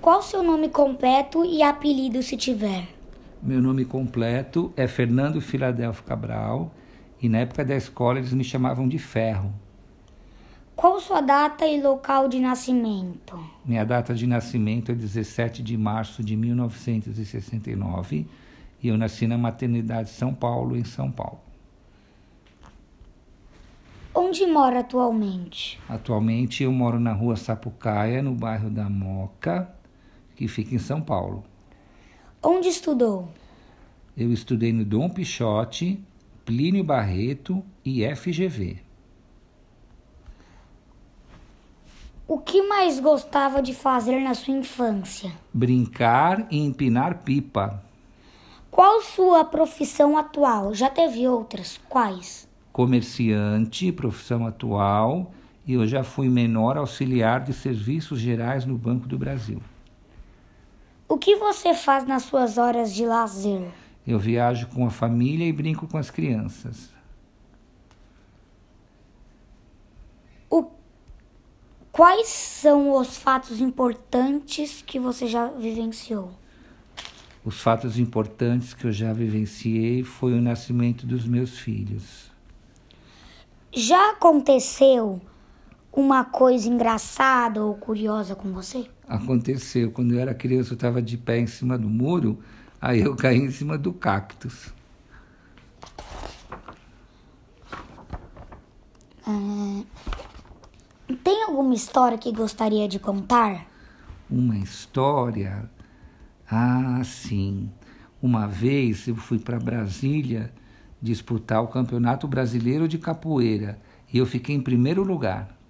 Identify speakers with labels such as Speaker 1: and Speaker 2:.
Speaker 1: Qual o seu nome completo e apelido se tiver?
Speaker 2: Meu nome completo é Fernando Filadelfo Cabral e na época da escola eles me chamavam de Ferro.
Speaker 1: Qual sua data e local de nascimento?
Speaker 2: Minha data de nascimento é 17 de março de 1969 e eu nasci na maternidade São Paulo, em São Paulo.
Speaker 1: Onde mora atualmente?
Speaker 2: Atualmente eu moro na rua Sapucaia, no bairro da Moca, que fica em São Paulo.
Speaker 1: Onde estudou?
Speaker 2: Eu estudei no Dom Pichote, Plínio Barreto e FGV.
Speaker 1: O que mais gostava de fazer na sua infância?
Speaker 2: Brincar e empinar pipa.
Speaker 1: Qual sua profissão atual? Já teve outras? Quais?
Speaker 2: Comerciante, profissão atual, e eu já fui menor auxiliar de serviços gerais no Banco do Brasil.
Speaker 1: O que você faz nas suas horas de lazer?
Speaker 2: Eu viajo com a família e brinco com as crianças.
Speaker 1: O- Quais são os fatos importantes que você já vivenciou?
Speaker 2: Os fatos importantes que eu já vivenciei foi o nascimento dos meus filhos.
Speaker 1: Já aconteceu uma coisa engraçada ou curiosa com você?
Speaker 2: Aconteceu, quando eu era criança, eu estava de pé em cima do muro, aí eu caí em cima do cactus.
Speaker 1: Tem alguma história que gostaria de contar?
Speaker 2: Uma história. Ah, sim. Uma vez eu fui para Brasília disputar o Campeonato Brasileiro de Capoeira e eu fiquei em primeiro lugar.